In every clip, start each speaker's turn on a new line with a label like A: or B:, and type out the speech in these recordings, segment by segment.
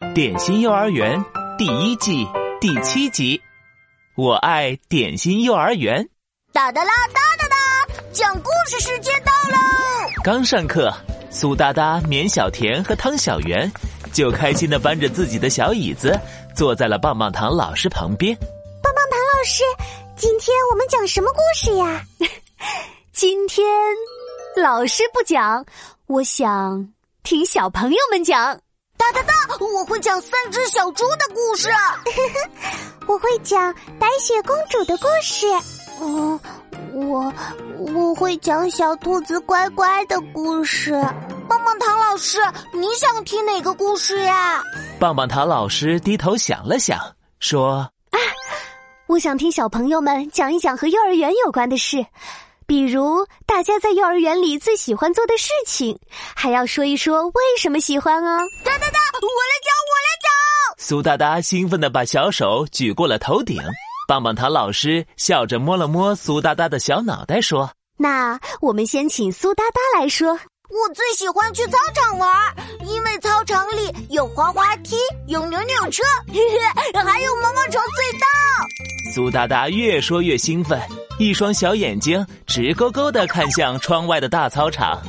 A: 《点心幼儿园》第一季第七集。我爱点心幼儿园。
B: 哒哒啦哒哒哒，讲故事时间到喽！
A: 刚上课，苏哒哒、绵小甜和汤小圆就开心的搬着自己的小椅子，坐在了棒棒糖老师旁边。
C: 棒棒糖老师，今天我们讲什么故事 呀？
D: 今天老师不讲，我想听小朋友们讲。
B: 哒哒哒，我会讲三只小猪的故事。啊
C: 我会讲白雪公主的故事。
B: 嗯，我我会讲小兔子乖乖的故事。棒棒糖老师，你想听哪个故事呀、
A: 棒棒糖老师低头想了想，说
D: 我想听小朋友们讲一讲和幼儿园有关的事，比如大家在幼儿园里最喜欢做的事情，还要说一说为什么喜欢哦。
B: 我来讲，我来讲。：“
A: 苏哒哒兴奋的把小手举过了头顶。”棒棒糖老师笑着摸了摸苏哒哒的小脑袋，说
D: 那我们先请苏哒哒来说。
B: 我最喜欢去操场玩儿，因为操场里有滑滑梯，有扭扭车， 还有毛毛虫隧道。：“
A: 苏哒哒越说越兴奋，一双小眼睛直勾勾的看向窗外的大操场。”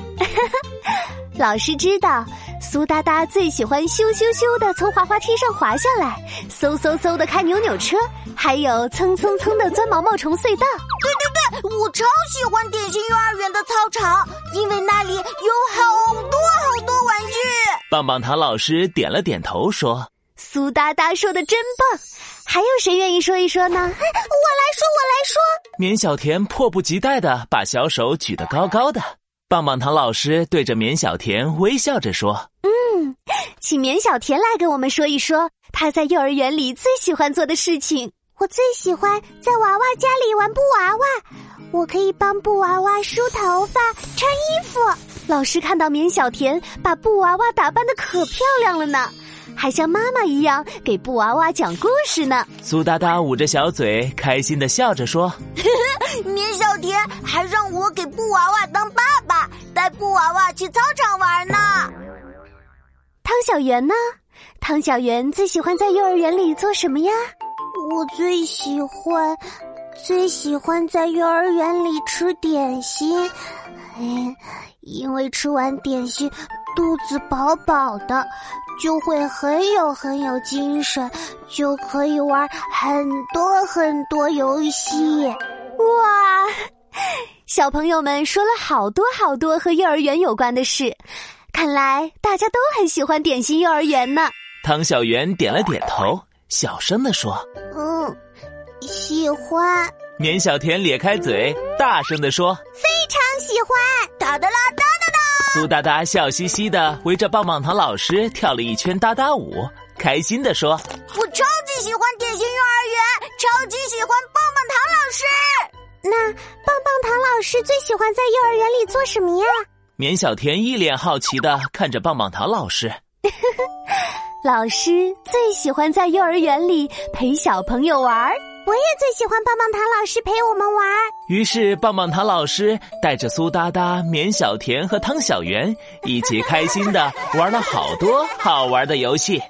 D: 老师知道，苏哒哒最喜欢咻咻咻的从滑滑梯上滑下来，嗖嗖嗖的开扭扭车，还有蹭蹭蹭的钻毛毛虫隧道。
B: 我超喜欢点心幼儿园的操场，因为那里有好多好多玩具。
A: 棒棒糖老师点了点头，说
D: 苏哒哒说的真棒，还有谁愿意说一说呢？
B: 我：“
A: 绵小甜迫不及待的把小手举得高高的。”棒棒糖老师对着绵小甜微笑着说
D: 请绵小甜来跟我们说一说她在幼儿园里最喜欢做的事情。
C: 我最喜欢在娃娃家里玩布娃娃，我可以帮布娃娃梳头发、穿衣服。
D: 老师看到绵小甜把布娃娃打扮的可漂亮了呢，还像妈妈一样给布娃娃讲故事呢。：“
A: 苏哒哒捂着小嘴，开心的笑着说。
B: 来说，绵小甜还让我给布娃娃当爸爸，带布娃娃去操场玩呢。
D: 汤小圆呢？汤小圆最喜欢在幼儿园里做什么呀？
C: 我最喜欢，最喜欢在幼儿园里吃点心，哎，因为吃完点心，肚子饱饱的，就会很有很有精神，就可以玩很多很多游戏。
D: 哇，小朋友们说了好多好多和幼儿园有关的事，看来大家都很喜欢点心幼儿园呢。”
A: 汤小圆点了点头，小声的说。
C: 嗯，喜欢，
A: 绵小甜咧开嘴，大声的说。
C: 非常喜欢。
B: 哒哒啦哒，
A: 苏哒哒笑嘻嘻的围着棒棒糖老师跳了一圈哒哒舞，开心的说。
B: 我超级喜欢点心幼儿园，超级喜欢棒棒糖老师。
C: 那棒棒糖老师最喜欢在幼儿园里做什么呀？
A: 绵小甜一脸好奇的看着棒棒糖老师。
D: 老师最喜欢在幼儿园里陪小朋友玩儿。
C: 我也最喜欢棒棒糖老师陪我们玩儿。
A: 于是，棒棒糖老师带着苏哒哒、绵小甜和汤小圆一起开心的玩了好多好玩的游戏。